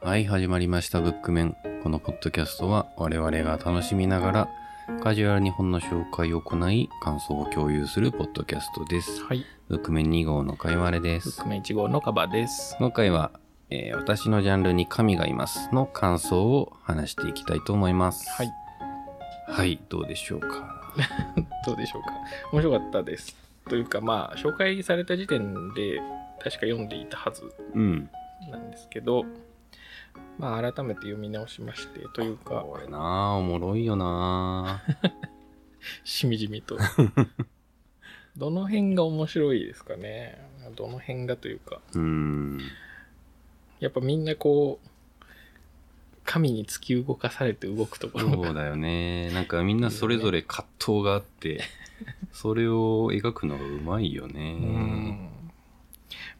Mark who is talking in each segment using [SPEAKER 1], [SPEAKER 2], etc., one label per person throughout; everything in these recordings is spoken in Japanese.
[SPEAKER 1] はい、始まりました。ブックメン。このポッドキャストは我々が楽しみながらカジュアルに本の紹介を行い感想を共有するポッドキャストです。
[SPEAKER 2] はい。
[SPEAKER 1] ブックメン2号のかいわれで
[SPEAKER 2] ブッ
[SPEAKER 1] す
[SPEAKER 2] ク。メン1号のカバーです。
[SPEAKER 1] 今回は、えー私のジャンルに神がいますの感想を話していきたいと思います。
[SPEAKER 2] はい。。
[SPEAKER 1] はい、どうでしょうか。
[SPEAKER 2] どうでしょうか。面白かったです。というか、まあ、紹介された時点で、確か読んでいたはず
[SPEAKER 1] うん。
[SPEAKER 2] なんですけど、まあ、改めて読み直しまして、というか、
[SPEAKER 1] これなあおもろいよなあ
[SPEAKER 2] しみじみ と。どの辺が面白いですかね。どの辺がというか、
[SPEAKER 1] うん。
[SPEAKER 2] やっぱみんなこう、神に突き動かされて動くところが
[SPEAKER 1] そうだよね。なんかみんなそれぞれ葛藤があ って、それを描くのがうまいよ
[SPEAKER 2] う
[SPEAKER 1] ね。
[SPEAKER 2] ん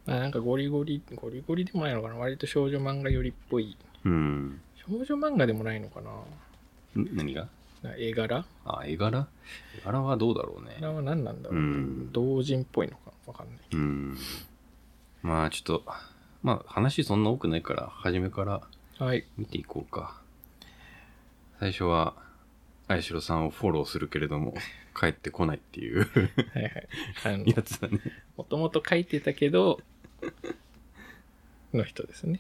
[SPEAKER 2] まあなんかゴリゴリ、ゴリゴリでもないのかな割と少女漫画寄りっぽい。
[SPEAKER 1] うん。
[SPEAKER 2] 少女漫画でもないのかなん
[SPEAKER 1] 何が
[SPEAKER 2] な絵柄
[SPEAKER 1] あ、絵柄絵柄はどうだろう
[SPEAKER 2] 絵柄
[SPEAKER 1] ね。
[SPEAKER 2] は何なんだろ
[SPEAKER 1] う
[SPEAKER 2] う、
[SPEAKER 1] ん。
[SPEAKER 2] 同人っぽいのかわかんない。
[SPEAKER 1] うん。まあちょっと、まあ話そんな多くないから、初めから
[SPEAKER 2] はい。
[SPEAKER 1] 見ていこうか。最初は、愛代さんをフォローするけれども、帰ってこないっていう
[SPEAKER 2] はいはい。あの、
[SPEAKER 1] やつだね。
[SPEAKER 2] もともと書いてたけど、の人ですね。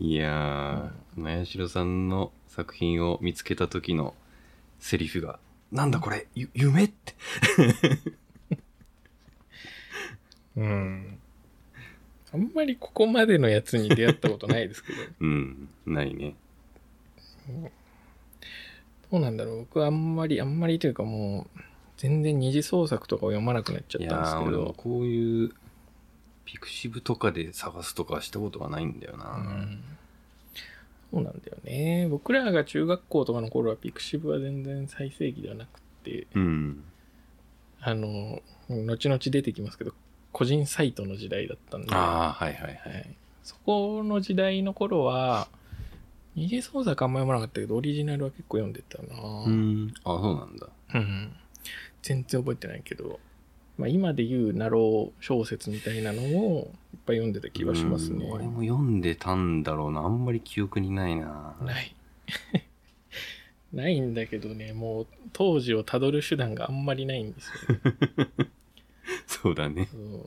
[SPEAKER 1] いやー、まやしろさんの作品を見つけた時のセリフが、なんだこれ、ゆ夢って。
[SPEAKER 2] うん。あんまりここまでのやつに出会ったことないで すけど、
[SPEAKER 1] うん、ないね。
[SPEAKER 2] どうなんだろう僕はあんまり、あんまりというかもう、全然二次創作とかを読まなくなっち
[SPEAKER 1] い
[SPEAKER 2] ゃっ
[SPEAKER 1] や
[SPEAKER 2] たんです
[SPEAKER 1] ー、
[SPEAKER 2] け
[SPEAKER 1] 俺
[SPEAKER 2] ど
[SPEAKER 1] も。こういう、ピクシブとかで探すとかはしたことがないんだよな。
[SPEAKER 2] そうなんだよね僕らが中学校とかの頃はピクシブは全然最盛期ではなくて
[SPEAKER 1] うん。
[SPEAKER 2] あの後々出てきますけど個人サイトの時代だったんで、
[SPEAKER 1] あ
[SPEAKER 2] は
[SPEAKER 1] あ、はいはいはい。
[SPEAKER 2] い、そこの時代の頃は二次創作あんま読まなかったけどオリジナルは結構読んでたな、
[SPEAKER 1] うん。あそうなんだ。
[SPEAKER 2] うん全然覚えてないけど、まあ、今で言うナロー小説みたいなのをいっぱい読んでた気がしますね
[SPEAKER 1] うん俺も読んでたんだろうな。あんまり記憶にないな。
[SPEAKER 2] ない ないんだけどねもう当時をたどる手段があんまりないんですよね、
[SPEAKER 1] そうだね。
[SPEAKER 2] そう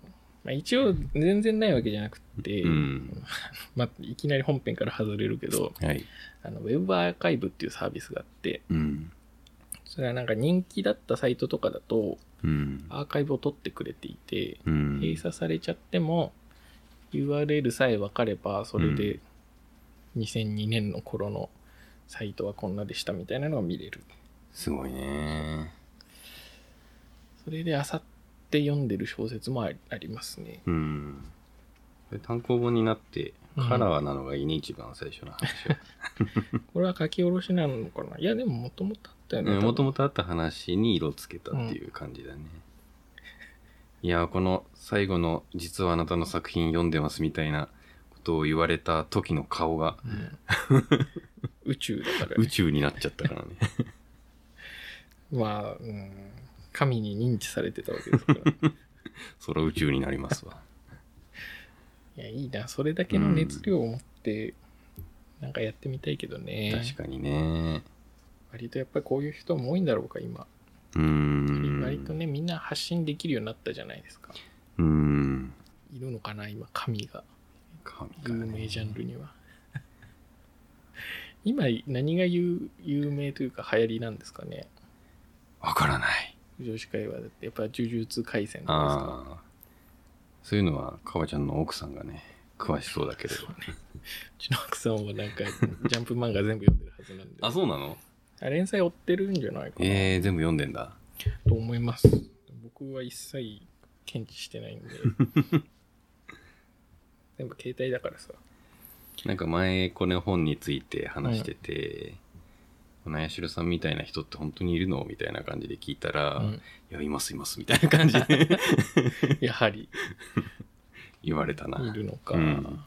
[SPEAKER 2] まあ、一応全然ないわけじゃなくて、
[SPEAKER 1] うん
[SPEAKER 2] まあ、いきなり本編から外れるけど
[SPEAKER 1] はい。
[SPEAKER 2] あのウェブアーカイブっていうサービスがあって
[SPEAKER 1] うん。
[SPEAKER 2] それはなんか人気だったサイトとかだと
[SPEAKER 1] うん。
[SPEAKER 2] アーカイブを取ってくれていて
[SPEAKER 1] うん。
[SPEAKER 2] 閉鎖されちゃっても URL さえ分かればそれで2002年の頃のサイトはこんなでしたみたいなのが見れる
[SPEAKER 1] すごいね。
[SPEAKER 2] それであさって読んでる小説もありありますね。
[SPEAKER 1] うん。これ単行本になって、
[SPEAKER 2] うん
[SPEAKER 1] カラーなのがいいね、一番最初の話は。
[SPEAKER 2] これは書き下ろしなのかないや、でももともとあったよね。
[SPEAKER 1] もと
[SPEAKER 2] も
[SPEAKER 1] もとあった話に色をつけたっていう感じだね。いやー、この最後の、実はあなたの作品読んでますみたいなことを言われた時の顔が、
[SPEAKER 2] 宇宙だから、
[SPEAKER 1] 宇
[SPEAKER 2] ね。
[SPEAKER 1] 宙になっちゃったから ね。
[SPEAKER 2] まあ、うん、神に認知されてたわけで すから。い
[SPEAKER 1] そら宇宙になりますわ。
[SPEAKER 2] や、いいな。それだけの熱量を持って、なんかやってみたいけどね。
[SPEAKER 1] 確かにね。
[SPEAKER 2] 割とやっぱりこういう人も多いんだろうか、今。
[SPEAKER 1] うーん。
[SPEAKER 2] 割とね、みんな発信できるようになったじゃないですか。
[SPEAKER 1] うーん。
[SPEAKER 2] いるのかな、今、神が。
[SPEAKER 1] 神か
[SPEAKER 2] 有
[SPEAKER 1] ら
[SPEAKER 2] 名
[SPEAKER 1] ね。
[SPEAKER 2] ジャンルには 今何が有有名というか流行りなんですかね
[SPEAKER 1] わからない。
[SPEAKER 2] 女子会はだってやっぱ呪術廻戦とか
[SPEAKER 1] ああ。そういうのは、かわちゃんの奥さんがね、詳しそうだけ
[SPEAKER 2] で
[SPEAKER 1] ど
[SPEAKER 2] す。 かそうねうちの奥さんもなんかジャンプ漫画全部読んでるはずなんで
[SPEAKER 1] あ、そうなの
[SPEAKER 2] あ連載追ってるんじゃないかな
[SPEAKER 1] えー、全部読んでんだ。
[SPEAKER 2] と思います僕は一切検知してな いんで全部携帯だからさ
[SPEAKER 1] なんか前、この本について話してて、このやしろさんみたいな人って本当にいるのみたいな感じで聞いたら、
[SPEAKER 2] うん
[SPEAKER 1] いや、いますいます、みたいな感じ で
[SPEAKER 2] やはり
[SPEAKER 1] 言われたな。
[SPEAKER 2] いるのか、
[SPEAKER 1] うん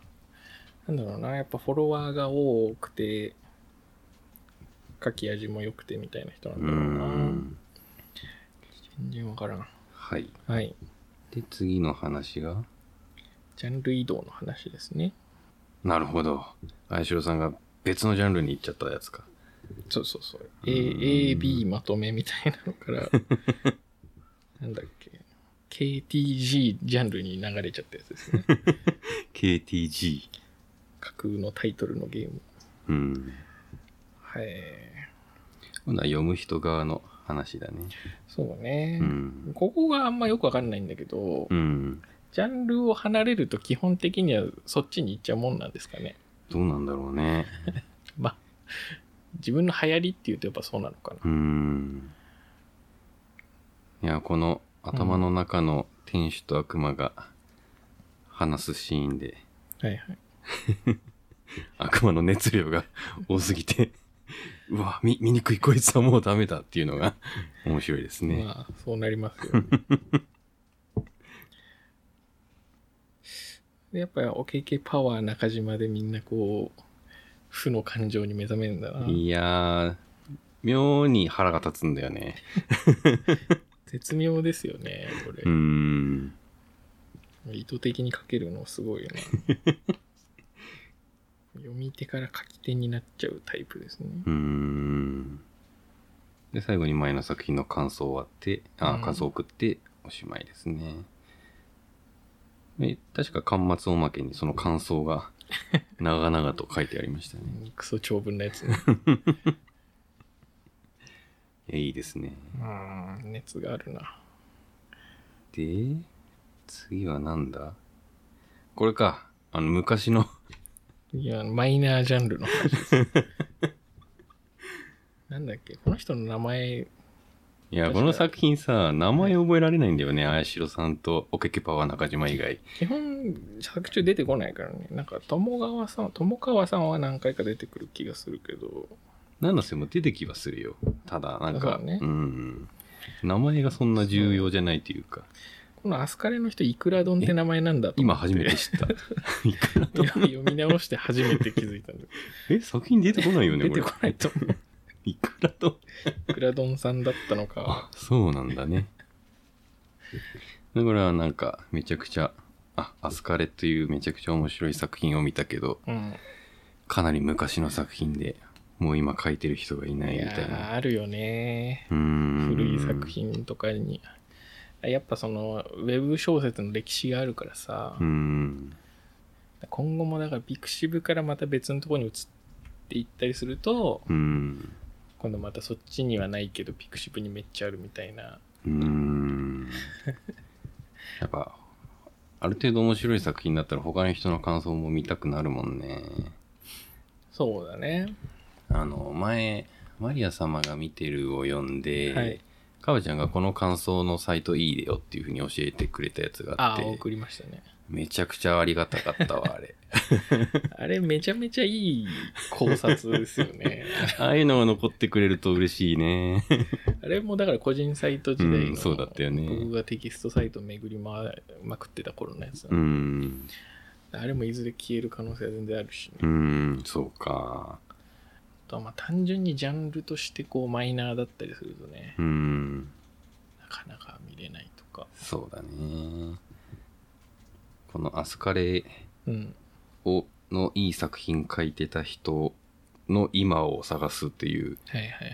[SPEAKER 2] なんだろうなやっぱフォロワーが多くて書き味も良くてみたいな人な
[SPEAKER 1] うんー。
[SPEAKER 2] だろうなん全然わからん
[SPEAKER 1] はい。
[SPEAKER 2] はい
[SPEAKER 1] で、次の話が、
[SPEAKER 2] ジャンル移動の話ですね
[SPEAKER 1] なるほど。相城さんが別のジャンルに行っちゃったやつか。
[SPEAKER 2] そうそうそう。
[SPEAKER 1] うん
[SPEAKER 2] A、AB まとめみたいなの から、なんだっけ、KTG ジャンルに流れちゃったやつです ね。
[SPEAKER 1] KTG。
[SPEAKER 2] 架空のタイトルのゲーム。
[SPEAKER 1] うん。
[SPEAKER 2] はい。
[SPEAKER 1] 今度は読む人側の話だね。
[SPEAKER 2] そうね。
[SPEAKER 1] うん。
[SPEAKER 2] ここがあんまよくわかんないんだけど、
[SPEAKER 1] うん。
[SPEAKER 2] ジャンルを離れると基本的にはそっちに行っちゃうもんなんですかね。
[SPEAKER 1] どうなんだろうね。
[SPEAKER 2] まあ、自分の流行りっていうとやっぱそうなのかな。
[SPEAKER 1] うん。いや、この頭の中の天使と悪魔が話すシーンで、
[SPEAKER 2] はいはい。
[SPEAKER 1] 悪魔の熱量が多すぎて、 うわ、見、見にくいこいつはもうダメだっていうのが 面白いですね。
[SPEAKER 2] まあ、そうなります よ、ね。でやっぱり OKK パワー中島でみんなこう、負の感情に目覚めるんだな。
[SPEAKER 1] いやー、妙に腹が立つんだよね。
[SPEAKER 2] 絶妙ですよね、こ
[SPEAKER 1] う
[SPEAKER 2] れ。
[SPEAKER 1] ん。
[SPEAKER 2] 意図的に書けるのすごいよね。読み手から書き手になっちゃうタイプですね。
[SPEAKER 1] うん。で、最後に前の作品の感想をあって、あ
[SPEAKER 2] うん
[SPEAKER 1] 感想を送っておしまいですね。で確か端末おまけにその感想 が長々と書いてありましたね。
[SPEAKER 2] クソ長文なやつ ね。
[SPEAKER 1] いやいいですね。
[SPEAKER 2] うん、熱があるな。
[SPEAKER 1] で、次はなんだこれか。あの、昔の、
[SPEAKER 2] いや、マイナージャンルの話です。 なんだっけ、この人の名前、
[SPEAKER 1] いや、
[SPEAKER 2] 確か
[SPEAKER 1] この作品さ、名前覚えられないんだよね。綾代さんと、おけけパワー中島以外。
[SPEAKER 2] 基本作中出てこないからねなんか友川さん友川さんは何回か出てくる気がするけど
[SPEAKER 1] 七瀬も出てきはするよ。ただ、なん
[SPEAKER 2] そうだ
[SPEAKER 1] か、
[SPEAKER 2] ね
[SPEAKER 1] うん。名前がそんな重要じゃないというか、
[SPEAKER 2] このアスカレの人いくら丼って名前なんだと思
[SPEAKER 1] 今
[SPEAKER 2] っ
[SPEAKER 1] 初
[SPEAKER 2] て
[SPEAKER 1] めて 知った。いくらと
[SPEAKER 2] 読み読み直して初めて気づ いたんだけ
[SPEAKER 1] え、作品出てこないよ
[SPEAKER 2] ど
[SPEAKER 1] ね、
[SPEAKER 2] 出
[SPEAKER 1] これ
[SPEAKER 2] てこ。ないと思う
[SPEAKER 1] いくらと。
[SPEAKER 2] いくら丼さんだったのか
[SPEAKER 1] あ、そうなんだね。だから、なんか、めちゃくちゃ、あ、アスカレというめちゃくちゃ面白い作品を見たけど、
[SPEAKER 2] うん
[SPEAKER 1] かなり昔の作品で、もう今書いてる人がいない
[SPEAKER 2] い
[SPEAKER 1] み
[SPEAKER 2] や
[SPEAKER 1] たい
[SPEAKER 2] ー
[SPEAKER 1] な。
[SPEAKER 2] あるよね
[SPEAKER 1] 古
[SPEAKER 2] 古い作。品とかにやっぱそのウェブ小説の歴史があるからさ、
[SPEAKER 1] うん。
[SPEAKER 2] 今後もだからビクシブからまた別のところに移っていったりすると
[SPEAKER 1] うん。
[SPEAKER 2] 今度またそっちにはないけどピクシブにめっちゃあるみたいな
[SPEAKER 1] うー んやっぱある程度面白い作品だったら他の人の感想も見たくなるもんね
[SPEAKER 2] そうだね
[SPEAKER 1] あの前マリア様が見てるを読んで、
[SPEAKER 2] はい
[SPEAKER 1] かおちゃんがこの感想のサイトいいよっていうふうに教えてくれたやつがあっ
[SPEAKER 2] ああ
[SPEAKER 1] て
[SPEAKER 2] 送りましたね
[SPEAKER 1] めちゃくちゃありがたかったわあれ
[SPEAKER 2] あれめちゃめちゃいい考察ですよね
[SPEAKER 1] ああいうのが残ってくれると嬉しいね
[SPEAKER 2] あれもだから個人サイト時代の、
[SPEAKER 1] うんそうだったよね
[SPEAKER 2] 僕がテキストサイトを巡りままくってた頃のや つ、
[SPEAKER 1] うん
[SPEAKER 2] あれもいずれ消える可能性は全然あるしね、
[SPEAKER 1] うんそうか
[SPEAKER 2] あとはまあ単純にジャンルとしてこうマイナーだったりするとね
[SPEAKER 1] うん
[SPEAKER 2] なかなか見れないとか
[SPEAKER 1] そうだねこのアスカレー
[SPEAKER 2] うん
[SPEAKER 1] をのいい作品書いてた人の今を探すっていう
[SPEAKER 2] はいはいはい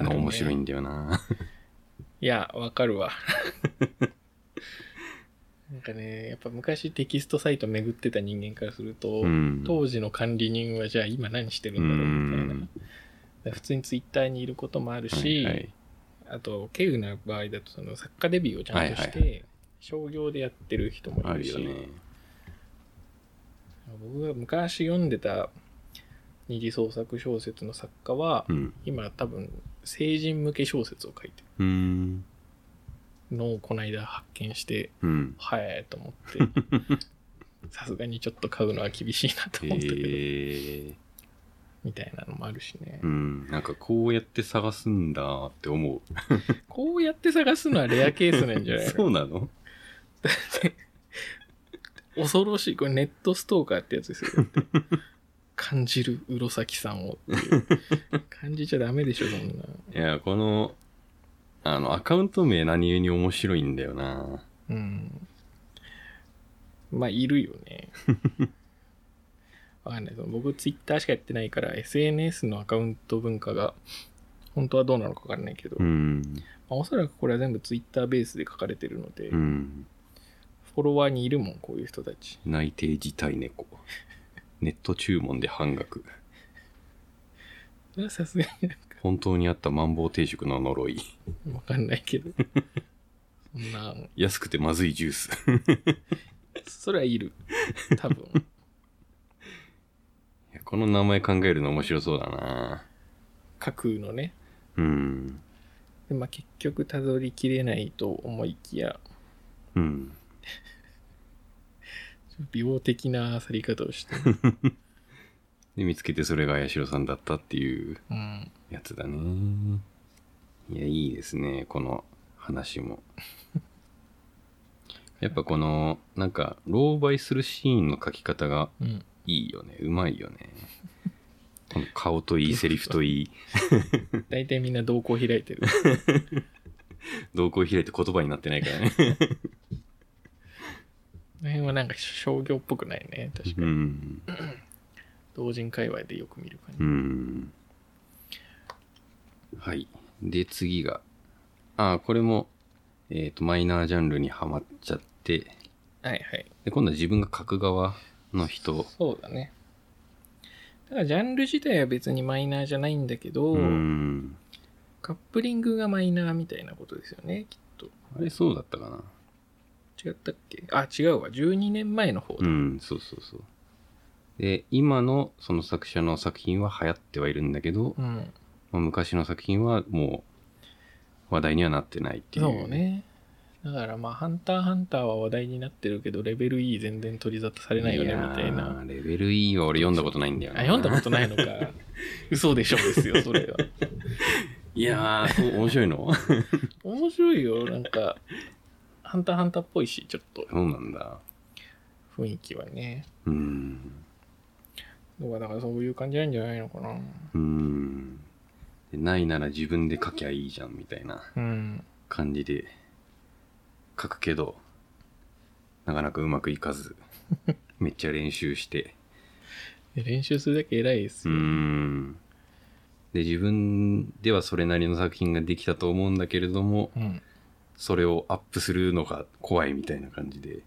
[SPEAKER 1] のが面白い
[SPEAKER 2] あるね
[SPEAKER 1] んだよな。
[SPEAKER 2] いや、わかるわ。 なんかね、やっぱ昔テキストサイト巡ってた人間からすると、
[SPEAKER 1] うん
[SPEAKER 2] 当時の管理人はじゃあ今何してるんだろうみたいな。だから普通にツイッターにいることもあるし、
[SPEAKER 1] はいはい
[SPEAKER 2] あと、稀有な場合だとその作家デビューをちゃんとして、
[SPEAKER 1] はい
[SPEAKER 2] 商業でやってる人も
[SPEAKER 1] あ
[SPEAKER 2] いる
[SPEAKER 1] る
[SPEAKER 2] し、
[SPEAKER 1] よね。
[SPEAKER 2] 僕が昔読んでた二次創作小説の作家は、
[SPEAKER 1] うん。
[SPEAKER 2] 今多分成人向け小説を書いて
[SPEAKER 1] うん。
[SPEAKER 2] るのをこの間発見して、
[SPEAKER 1] うん。
[SPEAKER 2] はいと思って さすがにちょっと買うのは厳しいなと
[SPEAKER 1] え
[SPEAKER 2] 思ったけど、
[SPEAKER 1] ー、
[SPEAKER 2] みたいなのもあるしね、
[SPEAKER 1] うん。なんかこうやって探すんだって思う。
[SPEAKER 2] こうやって探すのはレアケースなんじゃない
[SPEAKER 1] そ
[SPEAKER 2] の
[SPEAKER 1] うなの
[SPEAKER 2] 恐ろしいこれネットストーカーってやつで すよだって感じるうろさきさんをっていう感じちゃダメでしょそんない
[SPEAKER 1] や、この、あの、アカウント名何故に面白いんだよな。
[SPEAKER 2] うんまあいるよねわかんないその僕ツイッターしかやってないから SNS のアカウント文化が本当はどうなのかわかんないけど、
[SPEAKER 1] う
[SPEAKER 2] ま
[SPEAKER 1] ん。
[SPEAKER 2] あ、おそらくこれは全部ツイッターベースで書かれてるので、
[SPEAKER 1] う
[SPEAKER 2] フ
[SPEAKER 1] ん。
[SPEAKER 2] ォロワーにいるもんこういう人たち
[SPEAKER 1] 内定辞退猫。 ネット注文で半額。
[SPEAKER 2] それはさすがに
[SPEAKER 1] 本当にあったマンボウ定食の呪い。
[SPEAKER 2] わかんないけどそんな
[SPEAKER 1] 安くてまずいジュース。
[SPEAKER 2] それはいる多分
[SPEAKER 1] いやこの名前考えるの面白そうだな
[SPEAKER 2] 架空のね
[SPEAKER 1] うん。
[SPEAKER 2] で、まあ、結局たどりきれないと思いきや
[SPEAKER 1] うん。
[SPEAKER 2] 病的な去り方をして、
[SPEAKER 1] で、見つけてそれが八代さんだったっていう
[SPEAKER 2] うん、
[SPEAKER 1] やつだね。いや、いいですね、この話も。 やっぱこの、なんか、狼狽するシーンの書き方が
[SPEAKER 2] うん、
[SPEAKER 1] いいよね、うまいよね。この顔といい、セリフといい、
[SPEAKER 2] 大体みんな動向を開いてる
[SPEAKER 1] 動向開いて言葉になってないからね。
[SPEAKER 2] この辺はなんか商業っぽくないね確かに、
[SPEAKER 1] うん。
[SPEAKER 2] 同人界隈でよく見る感じ、
[SPEAKER 1] うん。はい。で、次が。ああ、これも、えっ、と、マイナージャンルにはまっちゃって、
[SPEAKER 2] はいはい
[SPEAKER 1] で、今度は自分が書く側の人。
[SPEAKER 2] そうだねだからジャンル自体は別にマイナーじゃないんだけど、
[SPEAKER 1] うん。
[SPEAKER 2] カップリングがマイナーみたいなことですよねきっと
[SPEAKER 1] あれ、そうだったかな。
[SPEAKER 2] 違ったっけあ違うわ12年前の方だ、
[SPEAKER 1] うん、そうそうそう。で、今のその作者の作品は流行ってはいるんだけど、
[SPEAKER 2] うん、
[SPEAKER 1] まあ昔の作品はもう話題にはなってないっていう。
[SPEAKER 2] そう。ねだからまあ「ハンターハンター」は話題になってるけどレベル E 全然取り沙汰されないよねみたいな
[SPEAKER 1] やーレベル E は俺読んだことないんだよ
[SPEAKER 2] あ
[SPEAKER 1] な。
[SPEAKER 2] 読んだこ とないのか嘘でしょですよそれはい
[SPEAKER 1] やー、そう面白いの
[SPEAKER 2] 面白いよなんか「ハンターハンター」っぽいしちょっと
[SPEAKER 1] そうなんだ。
[SPEAKER 2] 雰囲気はね
[SPEAKER 1] うん。
[SPEAKER 2] だからだからそういう感じなんじゃないのかな
[SPEAKER 1] うん。でないなら自分で書きゃいいじゃんみたいな
[SPEAKER 2] うん
[SPEAKER 1] 感じで書くけど、なかなかうまくいかず、めっちゃ練習して。
[SPEAKER 2] で練習するだけ偉いです
[SPEAKER 1] う
[SPEAKER 2] よ、
[SPEAKER 1] ん。で、自分ではそれなりの作品ができたと思うんだけれども、
[SPEAKER 2] うん
[SPEAKER 1] それをアップするのが怖いみたいな感じで。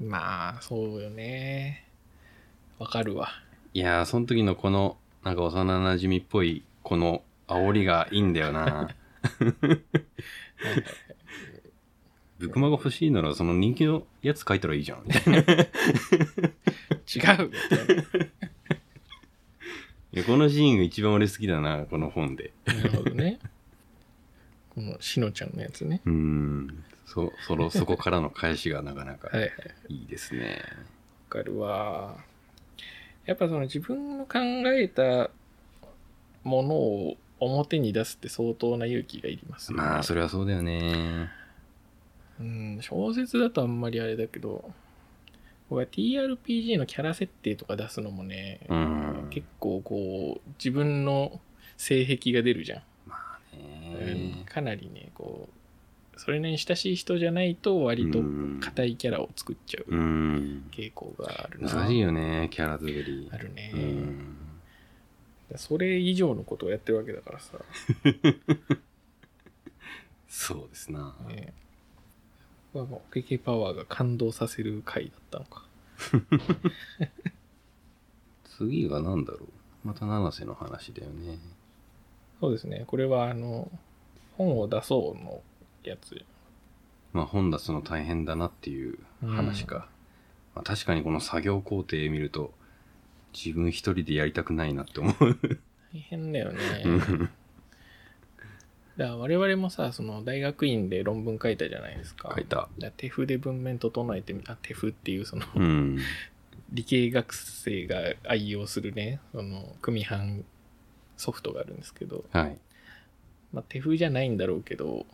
[SPEAKER 2] まあそうよねわかるわ
[SPEAKER 1] いやー、その時のこの、なんか幼馴染っぽい、この煽りがいいんだよな。ブクマが欲しいなら、その人気のやつ書いたらいいじゃん。みたいな
[SPEAKER 2] 違うみたい
[SPEAKER 1] いやこのシーンが一番俺好きだな、この本で。
[SPEAKER 2] ななるほどねこのしのちゃんのやつね
[SPEAKER 1] うーん。そ、その、そこからの返しがなかなか
[SPEAKER 2] はいは
[SPEAKER 1] い
[SPEAKER 2] い
[SPEAKER 1] いですね。
[SPEAKER 2] わかるわやっぱその自分の考えたものを表に出すって相当な勇気がいりますよね、
[SPEAKER 1] まあ、それはそうだよね。
[SPEAKER 2] うん小説だとあんまりあれだけど僕は TRPG のキャラ設定とか出すのもね、
[SPEAKER 1] うん
[SPEAKER 2] 結構こう自分の性癖が出るじゃん、
[SPEAKER 1] まあ
[SPEAKER 2] うん
[SPEAKER 1] ね。
[SPEAKER 2] かなりねこうそれなりに親しい人じゃないと割と
[SPEAKER 1] うん
[SPEAKER 2] 硬いキャラを作っちゃ
[SPEAKER 1] う。
[SPEAKER 2] うん傾向があるな、
[SPEAKER 1] 難しいよね、キャラ作り
[SPEAKER 2] あ。るね、
[SPEAKER 1] うん。
[SPEAKER 2] それ以上のことをやってるわけだからさ、
[SPEAKER 1] そうですな。
[SPEAKER 2] ね、まあまあオケケパワーが感動させる回だったのか
[SPEAKER 1] 次が何だろうまた七瀬の話だよね。
[SPEAKER 2] そうですねこれはあの本を出そうのやつ
[SPEAKER 1] まあ本出すの大変だなっていう話か。まあ、確かにこの作業工程見ると自分一人でやりたくないなって思う。
[SPEAKER 2] 大変だよね
[SPEAKER 1] うん
[SPEAKER 2] だから我々もさその大学院で論文書いたじゃないですか
[SPEAKER 1] 書いた。
[SPEAKER 2] だから手筆で文面整えてみあ手筆っていうその
[SPEAKER 1] うん。
[SPEAKER 2] 理系学生が愛用するねその組版ソフトがあるんですけど
[SPEAKER 1] はい。
[SPEAKER 2] まあ、手風じゃないんだろうけど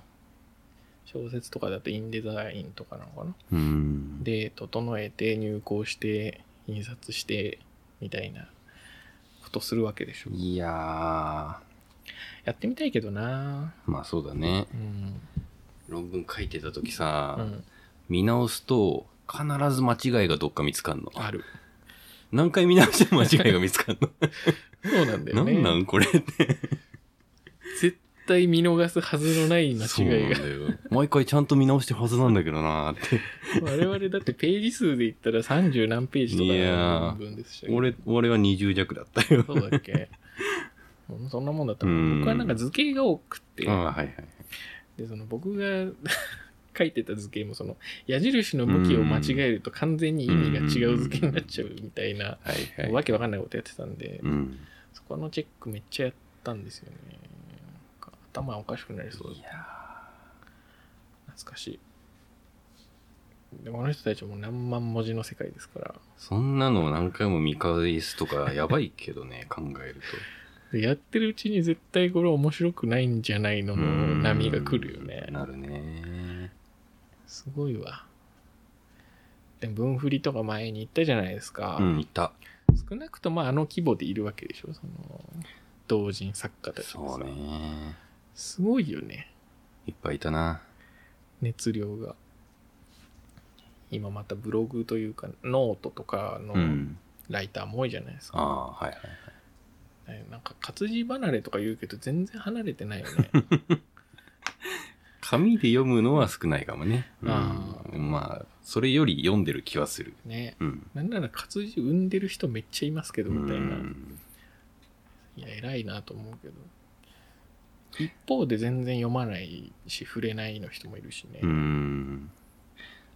[SPEAKER 2] 小説とかだとインデザインとかなのかな
[SPEAKER 1] うん。
[SPEAKER 2] で整えて入稿して印刷してみたいなことするわけでしょ
[SPEAKER 1] いやー、ま
[SPEAKER 2] やってみたいけどな
[SPEAKER 1] あそうだね。
[SPEAKER 2] うん、
[SPEAKER 1] 論文書いてた時さ、
[SPEAKER 2] うん、
[SPEAKER 1] 見直すと必ず間違いがどっか見つかんの。
[SPEAKER 2] ある
[SPEAKER 1] 何回見直しても間違いが見つかんの。
[SPEAKER 2] そうなんだよ
[SPEAKER 1] なんな
[SPEAKER 2] ね。
[SPEAKER 1] んこれって。
[SPEAKER 2] 絶対見逃すはずのない間
[SPEAKER 1] そうな
[SPEAKER 2] 違
[SPEAKER 1] ん
[SPEAKER 2] いが。
[SPEAKER 1] だよ。毎回ちゃんと見直してるはずなんだけどなーって。
[SPEAKER 2] 我々だってページ数で言ったら30何ページと
[SPEAKER 1] いやー
[SPEAKER 2] かの分でしたけど。
[SPEAKER 1] 俺、俺は20弱だったよ。
[SPEAKER 2] そうだ っけうんそんなもんだった
[SPEAKER 1] う
[SPEAKER 2] の
[SPEAKER 1] ん
[SPEAKER 2] 僕はなんか図形が多くて、
[SPEAKER 1] ああ、はいはい。
[SPEAKER 2] でその僕が 書いてた図形もその矢印の向きを間違えると完全に意味が違う図形になっちゃうみたいな、
[SPEAKER 1] はいはい。
[SPEAKER 2] わけわかんないことやってたんで、
[SPEAKER 1] うん。
[SPEAKER 2] そこのチェックめっちゃやったんですよね。なんか頭おかしくなりそう
[SPEAKER 1] いや
[SPEAKER 2] 懐かしい。でもあの人たちも何万文字の世界ですから。
[SPEAKER 1] そんなの何回も見返すとかやばいけどね、考えると。
[SPEAKER 2] でやってるうちに絶対これ面白くないんじゃないのの波が来るよね
[SPEAKER 1] う。んなるね。
[SPEAKER 2] すごいわ。でも分振りとか前に言ったじゃないですか。
[SPEAKER 1] うん、いた。
[SPEAKER 2] 少なくともあの規模でいるわけでしょ。その同人作家たちが
[SPEAKER 1] そ
[SPEAKER 2] さ
[SPEAKER 1] うね。
[SPEAKER 2] すごいよね。
[SPEAKER 1] いっぱいいたな。
[SPEAKER 2] 熱量が。今またブログというかノートとか
[SPEAKER 1] う
[SPEAKER 2] の
[SPEAKER 1] ん。
[SPEAKER 2] ライターも多いじゃないですか。
[SPEAKER 1] ああー、はいはい。
[SPEAKER 2] ねなんか活字離れとか言うけど全然離れてないよね。
[SPEAKER 1] 紙で読むのは少ないかもね。うん
[SPEAKER 2] あ
[SPEAKER 1] まあ、それより読んでる気はする。
[SPEAKER 2] ね。
[SPEAKER 1] うん。
[SPEAKER 2] なんなら活字生んでる人めっちゃいますけどみたいな。
[SPEAKER 1] うん
[SPEAKER 2] いや、偉いなと思うけど。一方で全然読まないし、触れないの人もいるしね。
[SPEAKER 1] うん。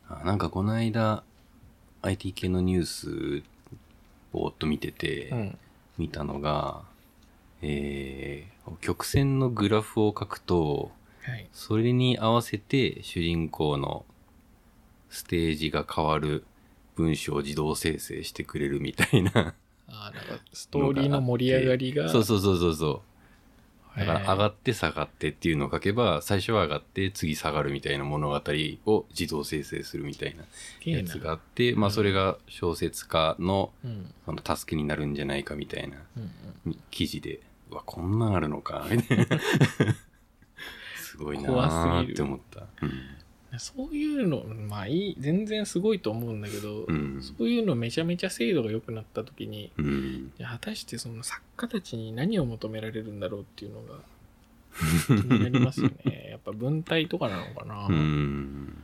[SPEAKER 1] あなんかこの間、IT 系のニュース、ぼーっと見てて、
[SPEAKER 2] うん。
[SPEAKER 1] 見たのが、えー、曲線のグラフを書くと、
[SPEAKER 2] はい。
[SPEAKER 1] それに合わせて主人公のステージが変わる文章を自動生成してくれるみたいな。
[SPEAKER 2] ああ、なんか、ストーリーの盛り上がりが。
[SPEAKER 1] そうそうそうそうそう。だから上
[SPEAKER 2] っ
[SPEAKER 1] がって下がってっていうのを書けば、最初は上がって次下がるみたいな物語を自動生成するみたいな
[SPEAKER 2] て
[SPEAKER 1] やつがあって、まあそれが小説家の
[SPEAKER 2] うん。
[SPEAKER 1] その助けになるんじゃないかみたいな
[SPEAKER 2] うんうん。
[SPEAKER 1] 記事で、うわ、こんなんあるのか、みたいな。 すごいな
[SPEAKER 2] 怖すぎ
[SPEAKER 1] ー
[SPEAKER 2] る
[SPEAKER 1] って思った。
[SPEAKER 2] そういうの、まあいい、全然すごいと思うんだけど、
[SPEAKER 1] うん。
[SPEAKER 2] そういうのめちゃめちゃ精度が良くなった時に、
[SPEAKER 1] うん。うん
[SPEAKER 2] いや果たしてその作家たちに何を求められるんだろうっていうのが気になりますよ ね。やっぱ文体とかなのかな。
[SPEAKER 1] うん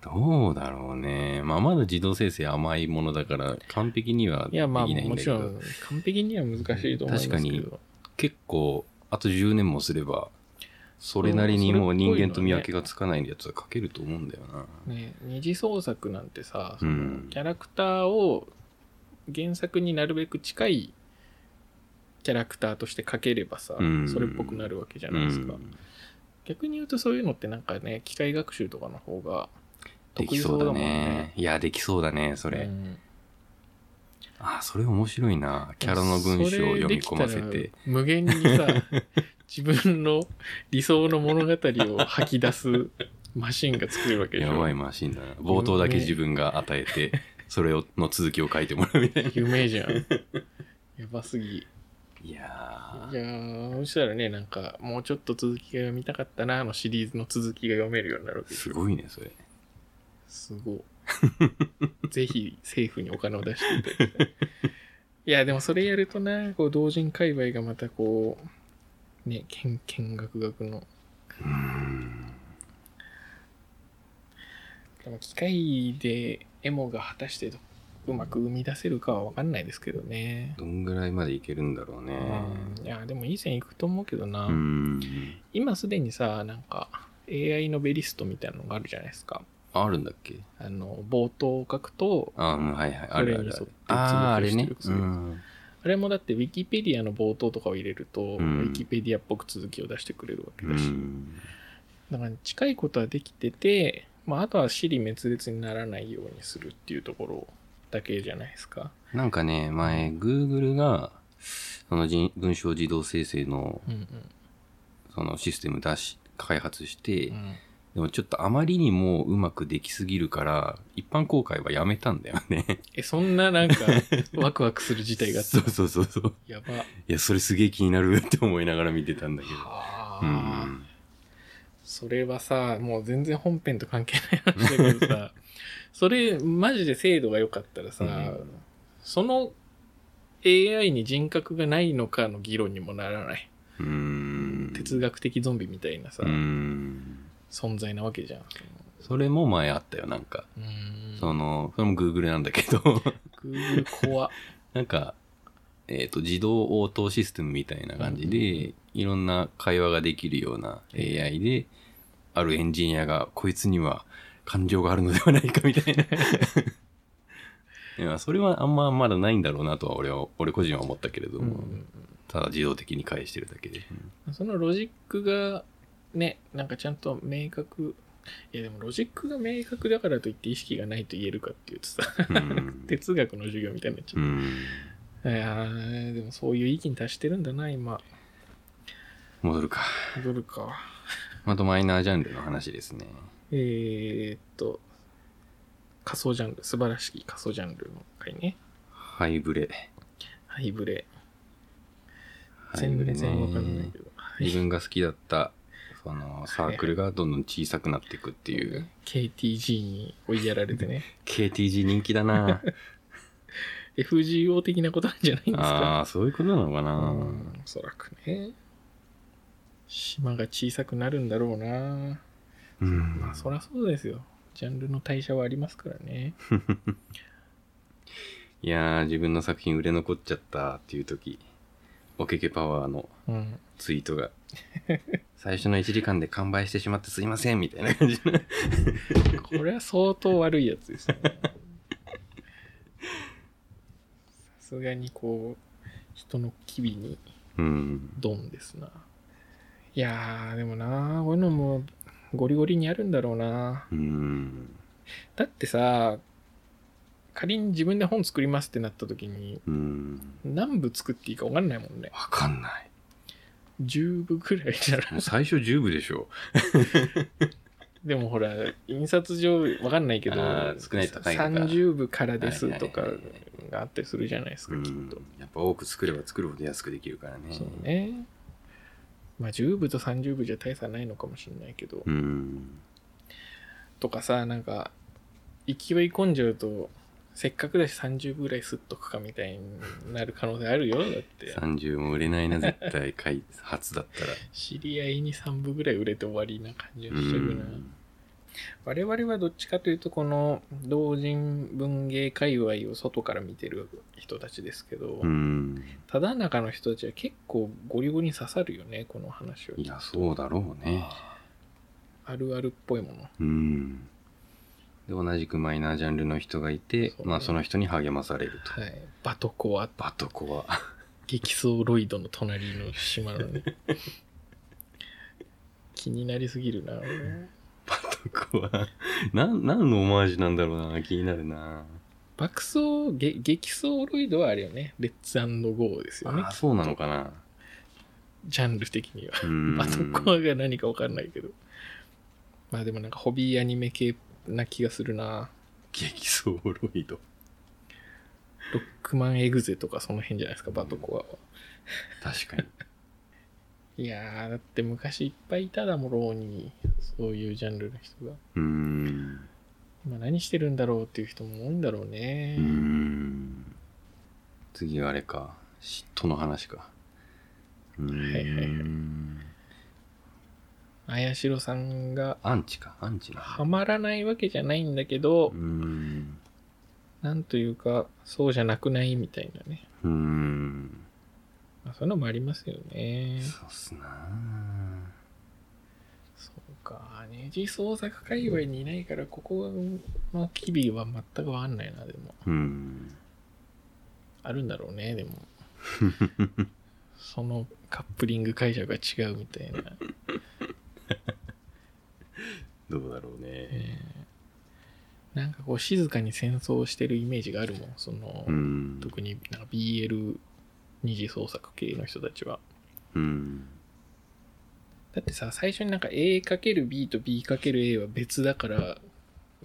[SPEAKER 1] どうだろうね。まあ、まだ自動生成甘いものだから、完璧にはで
[SPEAKER 2] い
[SPEAKER 1] きな
[SPEAKER 2] や
[SPEAKER 1] いん
[SPEAKER 2] まあ
[SPEAKER 1] だけど。
[SPEAKER 2] もちろん完璧には難しいと思いますけど。
[SPEAKER 1] 確かに結構、あと10年もすれば、それなりにもう人間と見分けがつかないやつは書けると思うんだよな。
[SPEAKER 2] ね、二次創作なんてさ、
[SPEAKER 1] う
[SPEAKER 2] その
[SPEAKER 1] ん
[SPEAKER 2] キ。ャラクターを原作になるべく近いキャラクターとして描ければさ、
[SPEAKER 1] うん
[SPEAKER 2] それっぽくなるわけじゃ
[SPEAKER 1] う
[SPEAKER 2] ないですか。
[SPEAKER 1] ん
[SPEAKER 2] 逆に言うとそういうのってなんかね、機械学習とかの方が
[SPEAKER 1] で
[SPEAKER 2] 得
[SPEAKER 1] き
[SPEAKER 2] 意そ
[SPEAKER 1] そうう
[SPEAKER 2] だも
[SPEAKER 1] だ
[SPEAKER 2] んね
[SPEAKER 1] ね。。いや、できそうだね、それ。
[SPEAKER 2] うん
[SPEAKER 1] あそれ面白いなキャラの文章を読み込ませ
[SPEAKER 2] それで
[SPEAKER 1] て
[SPEAKER 2] きたら無限に さ自分の理想の物語を吐き出すマシンが作れるわけでし
[SPEAKER 1] や
[SPEAKER 2] ょ
[SPEAKER 1] ばいマシンだな冒頭だけ自分が与えて それをの続きを書いてもらうみたいな
[SPEAKER 2] 夢じゃんやばすぎ
[SPEAKER 1] いや
[SPEAKER 2] いやーそしたらねなんかもうちょっと続きが読みたかったなのシリーズの続きが読めるようになるわけ
[SPEAKER 1] ー
[SPEAKER 2] でし
[SPEAKER 1] す
[SPEAKER 2] ょ
[SPEAKER 1] ごいねそれ
[SPEAKER 2] すごい ぜひ政府にお金を出していただきたいいやでもそれやるとなこう同人界隈がまたこうね見見学学の
[SPEAKER 1] うん
[SPEAKER 2] でも機械でエモが果たしてどうまく生み出せるかは分かんないですけどね。
[SPEAKER 1] どんぐらいまでいけるんだろう
[SPEAKER 2] う
[SPEAKER 1] ね
[SPEAKER 2] ん、いやでもいい線いくと思うけどな、
[SPEAKER 1] うん
[SPEAKER 2] 今すでにさなんか AI のベリストみたいなのがあるじゃないですか
[SPEAKER 1] あるんだっけ
[SPEAKER 2] あの冒頭を書くと
[SPEAKER 1] あうんはいはいあるあるある
[SPEAKER 2] それに沿って
[SPEAKER 1] あーあ
[SPEAKER 2] 通
[SPEAKER 1] れ
[SPEAKER 2] 知
[SPEAKER 1] ね
[SPEAKER 2] をして
[SPEAKER 1] う
[SPEAKER 2] る
[SPEAKER 1] ん
[SPEAKER 2] あれもだってウィキペディアの冒頭とかを入れると、
[SPEAKER 1] ん
[SPEAKER 2] ウィキペディアっぽく続きを出してくれるわけ
[SPEAKER 1] う
[SPEAKER 2] だし、
[SPEAKER 1] ん
[SPEAKER 2] だから近いことはできてて、まあ、あとは尻滅裂にならないようにするっていうところだけじゃないですか。
[SPEAKER 1] なんかね前 Google がその人文章自動生成の
[SPEAKER 2] うんうん
[SPEAKER 1] そのシステム出し開発して、
[SPEAKER 2] うん
[SPEAKER 1] でもちょっとあまりにもうまくできすぎるから、一般公開はやめたんだよ ね。
[SPEAKER 2] え、そんなな んか、ワクワクする事態があった
[SPEAKER 1] そ。うそうそうそう。
[SPEAKER 2] やば。
[SPEAKER 1] いや、それすげえ気になるって思いながら見てたんだけど。う
[SPEAKER 2] はあ。
[SPEAKER 1] ん。
[SPEAKER 2] それはさ、もう全然本 編と関係ない話だけどさ、それ、マジで精度が良かったらさ、
[SPEAKER 1] うん
[SPEAKER 2] その AI に人格がないのかの議論にもならない。
[SPEAKER 1] うーん。
[SPEAKER 2] 哲学的ゾンビみたいなさ、
[SPEAKER 1] うーん。
[SPEAKER 2] 存在なわけじゃん。
[SPEAKER 1] それも前あったよ、なんか。
[SPEAKER 2] うーん。
[SPEAKER 1] その、それも Google なんだけど、
[SPEAKER 2] Google 怖。
[SPEAKER 1] なんか、えっ、と、自動応答システムみたいな感じで、いろんな会話ができるような AI で、あるエンジニアが、こいつには感情があるのではないかみたいな。 いやそれはあんままだないんだろうなとは俺は俺個人は思ったけれど
[SPEAKER 2] うんう
[SPEAKER 1] も、
[SPEAKER 2] ん
[SPEAKER 1] ただ自動的に返してるだけで、
[SPEAKER 2] うんそのロジックが、ね、なんかちゃんと明確。いやでもロジックが明確だからといって意識がないと言えるかっていうとさ、
[SPEAKER 1] うん
[SPEAKER 2] 哲学の授業みたいになっちゃう
[SPEAKER 1] うん
[SPEAKER 2] いやーでもそういう域に達してるんだな、今。
[SPEAKER 1] 戻るか
[SPEAKER 2] 戻るか。
[SPEAKER 1] あとマイナージャンルの話ですね
[SPEAKER 2] えー、っと、仮想ジャンル、素晴らしい仮想ジャンルの回ね。
[SPEAKER 1] ハイブレ
[SPEAKER 2] ハイブレ。
[SPEAKER 1] ハイブレ
[SPEAKER 2] 全
[SPEAKER 1] ね
[SPEAKER 2] 然わかんないけど。はい
[SPEAKER 1] 自分が好きだったそのサークルがどんどん小さくなっていくっていう
[SPEAKER 2] KTG に追いやられて ね。
[SPEAKER 1] KTG 人気だな
[SPEAKER 2] FGO 的なことなんじゃないんです か。
[SPEAKER 1] ああそういうことなのか
[SPEAKER 2] う、
[SPEAKER 1] なん
[SPEAKER 2] おそらくね。島が小さくなるんだろうな。
[SPEAKER 1] うん
[SPEAKER 2] まあ、そりゃそうですよ。ジャンルの代謝はありますからね。
[SPEAKER 1] いやー自分の作品売れ残っちゃったっていう時おけけパワーの
[SPEAKER 2] うん。
[SPEAKER 1] ツイート が最初の1時間で完売してしまってすいませんみたいな感じの
[SPEAKER 2] これは相当悪いやつですね。 さすがにこう、人の機微に
[SPEAKER 1] うん
[SPEAKER 2] ドンですな。いやー、でもなー、こういうのもゴリゴリにあるんだろうな。
[SPEAKER 1] うん
[SPEAKER 2] だってさ、仮に自分で本作りますってなった時に、
[SPEAKER 1] うん
[SPEAKER 2] 何部作っていいか分かんないもんね。
[SPEAKER 1] わかんない
[SPEAKER 2] 10部くら いじゃない。
[SPEAKER 1] もう最初10部でしょ
[SPEAKER 2] でもほら、印刷上分かんないけど、
[SPEAKER 1] あー少ないと高いのか
[SPEAKER 2] 30部からですとか
[SPEAKER 1] はいはいはいはい
[SPEAKER 2] があったりするじゃないですか、きっと。
[SPEAKER 1] やっぱ多く作れば作るほど安くできるからね
[SPEAKER 2] そうね。まあ10部と30部じゃ大差ないのかもしれないけど、
[SPEAKER 1] うん
[SPEAKER 2] とかさ、なんか、勢い込んじゃうと、せっかくだし30部ぐらいすっとくかみたいになる可能性あるよ。だって、
[SPEAKER 1] 30も売れないな絶対買い初だ ったら
[SPEAKER 2] 知り合いに3部ぐらい売れて終わりな感じが
[SPEAKER 1] う
[SPEAKER 2] するな。
[SPEAKER 1] ん
[SPEAKER 2] 我々はどっちかというと、この同人文芸界隈を外から見てる人たちですけど、
[SPEAKER 1] うん
[SPEAKER 2] ただ中の人たちは結構ゴリゴリに刺さるよね、この話を。
[SPEAKER 1] いやそうだろうね
[SPEAKER 2] あるあるっぽいもの。
[SPEAKER 1] うんで同じくマイナージャンルの人がいて
[SPEAKER 2] そうね
[SPEAKER 1] まあその人に励まされると、
[SPEAKER 2] はい、バトコア
[SPEAKER 1] バトコは
[SPEAKER 2] 激走ロイドの隣の島の ね気になりすぎるな俺
[SPEAKER 1] バトコはなん何のオマージュなんだろうな気になるな
[SPEAKER 2] 爆走げ激走ロイドはあれよねレッツゴーですよね
[SPEAKER 1] あそうなのかな
[SPEAKER 2] ジャンル的には
[SPEAKER 1] うん
[SPEAKER 2] バトコアが何か分かんないけどまあでもなんかホビーアニメ系な気がするな
[SPEAKER 1] 激走ロイド
[SPEAKER 2] ロックマンエグゼとかその辺じゃないですかバトコアは
[SPEAKER 1] 確かに
[SPEAKER 2] いやーだって昔いっぱいいただもろうにそういうジャンルの人が
[SPEAKER 1] うん
[SPEAKER 2] 今何してるんだろうっていう人も多いんだろうね
[SPEAKER 1] うーん次はあれか嫉妬の話かうーん、
[SPEAKER 2] はいはいは綾代さんが
[SPEAKER 1] アンチかアンチな
[SPEAKER 2] ハマらないわけじゃないんだけど、
[SPEAKER 1] うーん
[SPEAKER 2] なんというか、そうじゃなくないみたいなね。
[SPEAKER 1] うーん
[SPEAKER 2] まあ、そういうのもありますよね。
[SPEAKER 1] そうっすな
[SPEAKER 2] そうか。二次創作界隈にいないから、ここの機微は全くわかんないな、でも。
[SPEAKER 1] うーん
[SPEAKER 2] あるんだろう ね、でも。そのカップリング解釈が違うみたいな。
[SPEAKER 1] どうだろうね
[SPEAKER 2] なんかこう、静かに戦争してるイメージがあるもん。その、
[SPEAKER 1] うーん
[SPEAKER 2] 特になんか BL 二次創作系の人たちは。
[SPEAKER 1] うーん
[SPEAKER 2] だってさ、最初になんか A×B と B×A は別だから、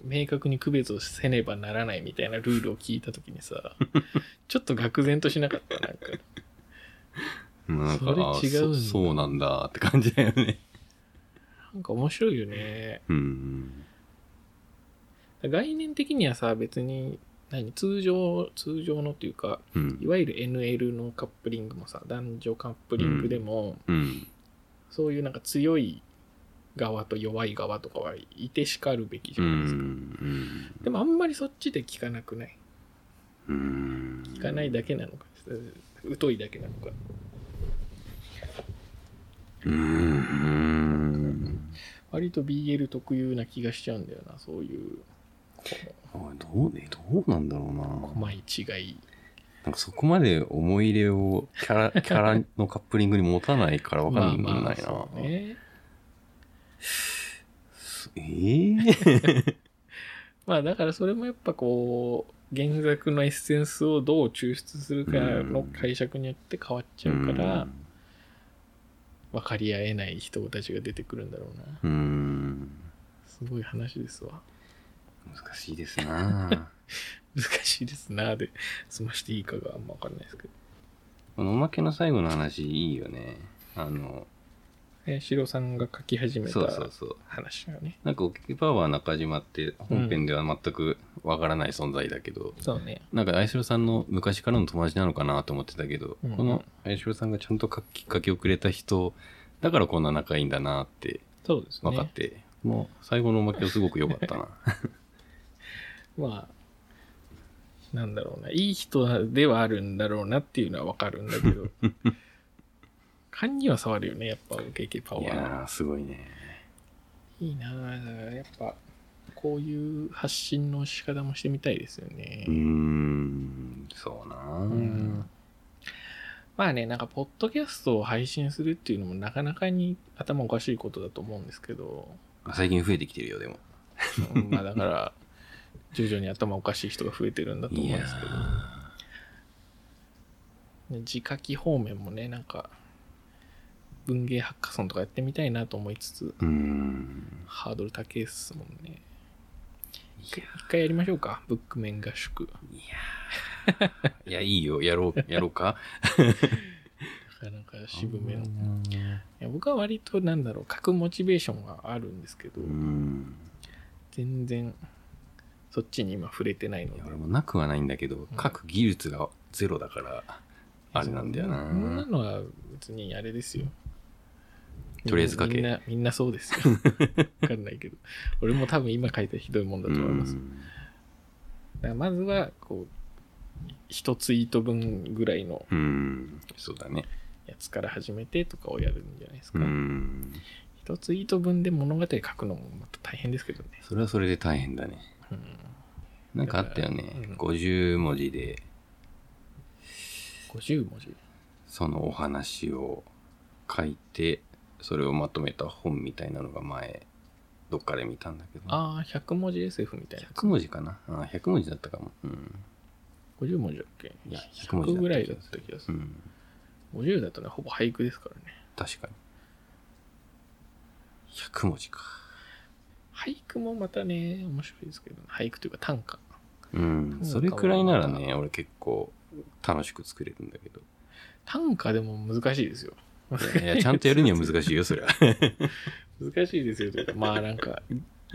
[SPEAKER 2] 明確に区別をせねばならないみたいなルールを聞いたとき にさ、ちょっと愕然としなかった、なんか。
[SPEAKER 1] なんか
[SPEAKER 2] それ
[SPEAKER 1] あ
[SPEAKER 2] 違うんだ
[SPEAKER 1] そそうなんだって感じだよね
[SPEAKER 2] なんか面白いよね。
[SPEAKER 1] うーん
[SPEAKER 2] 概念的にはさ、別に何通常、通常のっていうか、
[SPEAKER 1] うん
[SPEAKER 2] い。わゆる NL のカップリングもさ、男女カップリングでも、
[SPEAKER 1] うん。
[SPEAKER 2] そういうなんか強い側と弱い側とかはいてしかるべきじ
[SPEAKER 1] う
[SPEAKER 2] ゃ
[SPEAKER 1] ん。う
[SPEAKER 2] ないですか。
[SPEAKER 1] ん。
[SPEAKER 2] でもあんまりそっちで聞かなくない
[SPEAKER 1] うん。
[SPEAKER 2] 聞かないだけなのか、疎いだけなのか。
[SPEAKER 1] うん。うん。
[SPEAKER 2] 割と BL 特有な気がしちゃうんだよな、そういう、
[SPEAKER 1] あどうね、どうなんだろうな。
[SPEAKER 2] 細い違い。
[SPEAKER 1] なんかそこまで思い入れをキャ ラ、キャラのカップリングに持たないからわかんないな。
[SPEAKER 2] まあまあそうね。
[SPEAKER 1] ええ
[SPEAKER 2] まあだからそれもやっぱこう原作のエッセンスをどう抽出するかの解釈によって変わっちゃうから分かり合えない人たちが出てくるんだろうな
[SPEAKER 1] うん。うん。
[SPEAKER 2] すごい話ですわ
[SPEAKER 1] 難しいです な。
[SPEAKER 2] 難しいですなで済ましていいかがあんま分かんないですけど
[SPEAKER 1] このおまけの最後の話いいよね。あの、
[SPEAKER 2] えシロさんが書き始めた
[SPEAKER 1] そうそうそう。
[SPEAKER 2] 話だよね
[SPEAKER 1] なんか、オキパワー中島って本編では全くわからない存在だけど、
[SPEAKER 2] そうね
[SPEAKER 1] なんか、愛代さんの昔からの友達なのかなと思ってたけど、
[SPEAKER 2] うん
[SPEAKER 1] この愛代さんがちゃんと書くきっかけをくれた人、だからこんな仲いいんだなって
[SPEAKER 2] そうですね
[SPEAKER 1] 分かって、この最後のおまけはすごく良かったな。
[SPEAKER 2] まあなんだろうないい人ではあるんだろうなっていうのは分かるんだ けど勘には触るよねやっぱ OKK パワ
[SPEAKER 1] い
[SPEAKER 2] ー
[SPEAKER 1] や
[SPEAKER 2] は
[SPEAKER 1] ー、すごいね。
[SPEAKER 2] いいなぁ、だからやっぱ、こういう発信の仕方もしてみたいですよね。
[SPEAKER 1] うーん、そうなー
[SPEAKER 2] んまあね、なんか、ポッドキャストを配信するっていうのもなかなかに頭おかしいことだと思うんです けど、
[SPEAKER 1] 最近増えてきてるよ、でも。
[SPEAKER 2] うんまあだから、徐々に頭おかしい人が増えてるんだと思うん
[SPEAKER 1] いや
[SPEAKER 2] ですけど、ね字書き方面もね、なんか、文芸ハッカソンとかやってみたいなと思いつつ、
[SPEAKER 1] ーうーん。
[SPEAKER 2] ハードル高いっすもんね。一回やりましょうか、ブック面合宿。
[SPEAKER 1] いや、いいよ、やろう、やろうか。
[SPEAKER 2] なかなか渋めの。いや僕は割となんだろう書くモチベーションはあるんですけど、
[SPEAKER 1] うん。
[SPEAKER 2] 全然そっちに今触れてないの
[SPEAKER 1] い
[SPEAKER 2] で
[SPEAKER 1] や俺もなくはないんだけど、
[SPEAKER 2] ん
[SPEAKER 1] 書く技術がゼロだから、あれなんだよ
[SPEAKER 2] そんな
[SPEAKER 1] な。
[SPEAKER 2] のは別にあれですよ
[SPEAKER 1] とりあえず書け
[SPEAKER 2] みんなみんなそうです よわかんないけど俺も多分今書いたらひどいもんだと思います、だからまずはこう一ツイート分ぐらいの
[SPEAKER 1] うん。そうだね。
[SPEAKER 2] やつから始めてとかをやるんじゃないです
[SPEAKER 1] う
[SPEAKER 2] か、
[SPEAKER 1] ん。
[SPEAKER 2] 一ツイート分で物語書くのもまた大変ですけどね、
[SPEAKER 1] それはそれで大変だね。
[SPEAKER 2] うん
[SPEAKER 1] なんかあったよね
[SPEAKER 2] うん。
[SPEAKER 1] 50文字で、
[SPEAKER 2] 50文字
[SPEAKER 1] そのお話を書いて、それをまとめた本みたいなのが前、どっかで見たんだけど。
[SPEAKER 2] ああ100文字 SF みたいな
[SPEAKER 1] 100文字かな。あ100文字だったかも。うん。
[SPEAKER 2] 50文字だっけ
[SPEAKER 1] いや100文字だった
[SPEAKER 2] ぐらいだった気がす
[SPEAKER 1] う
[SPEAKER 2] る。
[SPEAKER 1] ん。
[SPEAKER 2] 50だとね、ほぼ俳句ですからね。
[SPEAKER 1] 確かに。100文字か。
[SPEAKER 2] 俳句もまたね、面白いですけど、俳句というか短歌。
[SPEAKER 1] うん、
[SPEAKER 2] そう
[SPEAKER 1] それくらいならね、俺結構楽しく作れるんだけど。
[SPEAKER 2] 短歌でも難しいですよ。
[SPEAKER 1] いや、ちゃんとやるには難しいよ、そりゃ。
[SPEAKER 2] 難しいですよというか、まあなんか、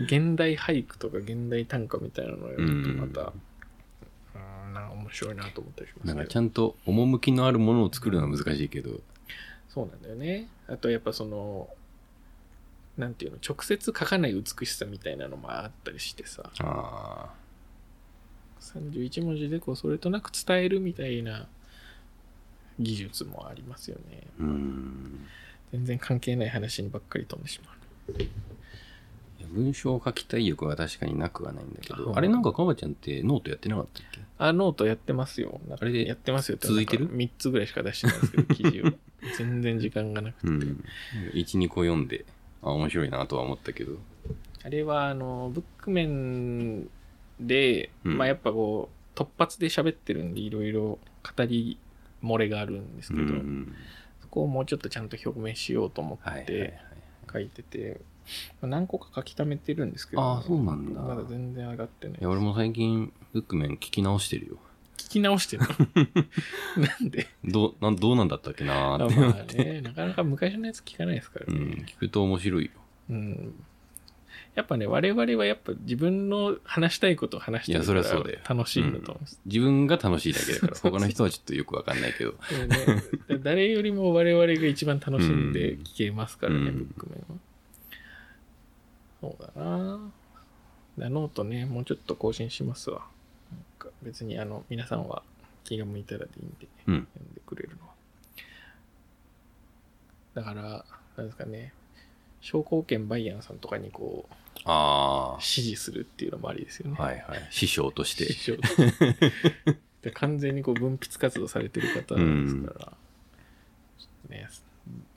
[SPEAKER 2] 現代俳句とか現代短歌みたいなのをやるとまた、うん、なんか面白いなと思ったりしま
[SPEAKER 1] な
[SPEAKER 2] す
[SPEAKER 1] ん
[SPEAKER 2] け
[SPEAKER 1] かち
[SPEAKER 2] ど。
[SPEAKER 1] ゃんと趣のあるものを作るのは難しいけど。
[SPEAKER 2] そうなんだよね。あとやっぱその、なんていうの、直接書かない美しさみたいなのもあったりしてさ、
[SPEAKER 1] ああ。
[SPEAKER 2] 31文字でこうそれとなく伝えるみたいな技術もありますよね
[SPEAKER 1] うん。
[SPEAKER 2] 全然関係ない話にばっかり飛んでしま
[SPEAKER 1] い
[SPEAKER 2] う
[SPEAKER 1] や文章を書きたい意欲は確かになくはないんだけ
[SPEAKER 2] あ
[SPEAKER 1] ど。あれなんかかばちゃんってノートやってなかったっけ
[SPEAKER 2] あノートやってますよなん
[SPEAKER 1] あ
[SPEAKER 2] か
[SPEAKER 1] れで
[SPEAKER 2] やってますよ
[SPEAKER 1] 続いてる
[SPEAKER 2] ?3 つぐらいしか出してないんですけど記 事を全然時間がなくて、
[SPEAKER 1] うん。1、2個読んで、あ、面白いなとは思ったけど。
[SPEAKER 2] あれはあのブック面で、
[SPEAKER 1] うん
[SPEAKER 2] まあやっぱこう突発で喋ってるんでいろいろ語り漏れがあるんです
[SPEAKER 1] う
[SPEAKER 2] けど、
[SPEAKER 1] ん。
[SPEAKER 2] そこをもうちょっとちゃんと表明しようと思
[SPEAKER 1] はい
[SPEAKER 2] っ
[SPEAKER 1] はい、はい
[SPEAKER 2] て。書いてて、まあ何個か書き溜めてるんですけど、
[SPEAKER 1] ああ、そうなんだ。
[SPEAKER 2] まだ全然上がってない
[SPEAKER 1] いや、俺も最近、ブックメン聞き直してるよ。
[SPEAKER 2] 聞き直 してるなんで
[SPEAKER 1] どう、なんどうなんだったっけなーって。
[SPEAKER 2] まあねなかなか昔のやつ聞かないですから
[SPEAKER 1] う
[SPEAKER 2] ね
[SPEAKER 1] ん、聞くと面白いよ。
[SPEAKER 2] うん、やっぱね、我々はやっぱ自分の話したいことを話してるか
[SPEAKER 1] いやそりゃそうだよ
[SPEAKER 2] ら楽しいんだと思うんです。
[SPEAKER 1] 自分が楽しいだけだ から、
[SPEAKER 2] そうそうそう
[SPEAKER 1] 他の人はちょっとよくわかんないけど。
[SPEAKER 2] でもね誰よりも我々が一番楽しんで聞けますからね、
[SPEAKER 1] うん
[SPEAKER 2] ブックメンは。そうだなだノートね、もうちょっと更新しますわ。なんか別にあの、皆さんは気が向いたらでいいんで、
[SPEAKER 1] うん。
[SPEAKER 2] 読んでくれるのは。だから、なんですかね、商工券バイアンさんとかにこう、
[SPEAKER 1] あ
[SPEAKER 2] 支持するっていうのもありですよね。
[SPEAKER 1] あ、はいはい。師匠として。
[SPEAKER 2] 師 匠としてで完全にこう分泌活動されてる方ですから、ちょっとね、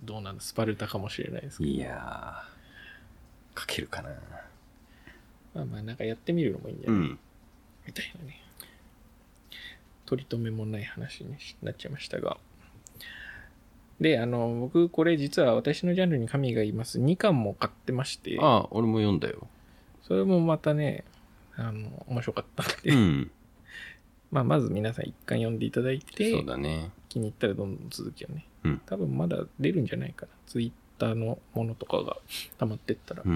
[SPEAKER 2] どうなんだスパルタかもしれないですけど
[SPEAKER 1] いやー、書けるかな。
[SPEAKER 2] まあまあなんかやってみるのもいいんじゃ
[SPEAKER 1] う
[SPEAKER 2] ない、
[SPEAKER 1] ん。
[SPEAKER 2] みたいなね取り留めもない話になっちゃいましたがであの僕これ実は私のジャンルに神がいます2巻も買ってまして
[SPEAKER 1] ああ、俺も読んだよ。
[SPEAKER 2] それもまたねあの面白かったんで、
[SPEAKER 1] うん。
[SPEAKER 2] まあまず皆さん1巻読んでいただいて
[SPEAKER 1] そうだね。
[SPEAKER 2] 気に入ったらどんどん続きをね、
[SPEAKER 1] うん
[SPEAKER 2] 多分まだ出るんじゃないかなツイッターのものとかが溜まってったら
[SPEAKER 1] うー。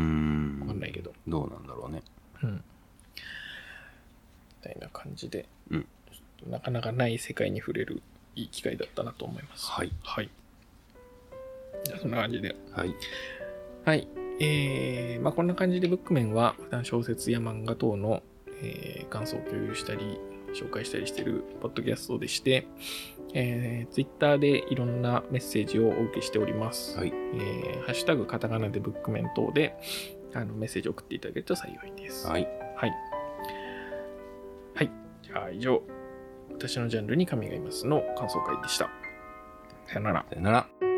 [SPEAKER 2] 分かんなんいけど
[SPEAKER 1] どうなんだろうね。
[SPEAKER 2] うん、みたいな感じで、
[SPEAKER 1] うん
[SPEAKER 2] ちょっとなかなかない世界に触れるいい機会だったなと思います
[SPEAKER 1] はい。
[SPEAKER 2] はいじゃあそんな感じで
[SPEAKER 1] はい。
[SPEAKER 2] はいえーまあこんな感じでブックメンは普段小説や漫画等の、えー感想を共有したり紹介したりしてるポッドキャストでして、えー、Twitter でいろんなメッセージをお受けしております。
[SPEAKER 1] はい
[SPEAKER 2] えーハッシュタグカタカナでブックメン等であのメッセージを送っていただけると幸いです。
[SPEAKER 1] はい。
[SPEAKER 2] はい。はい。じゃあ、以上、私のジャンルに神がいますの感想会でした。さよなら。
[SPEAKER 1] さよなら。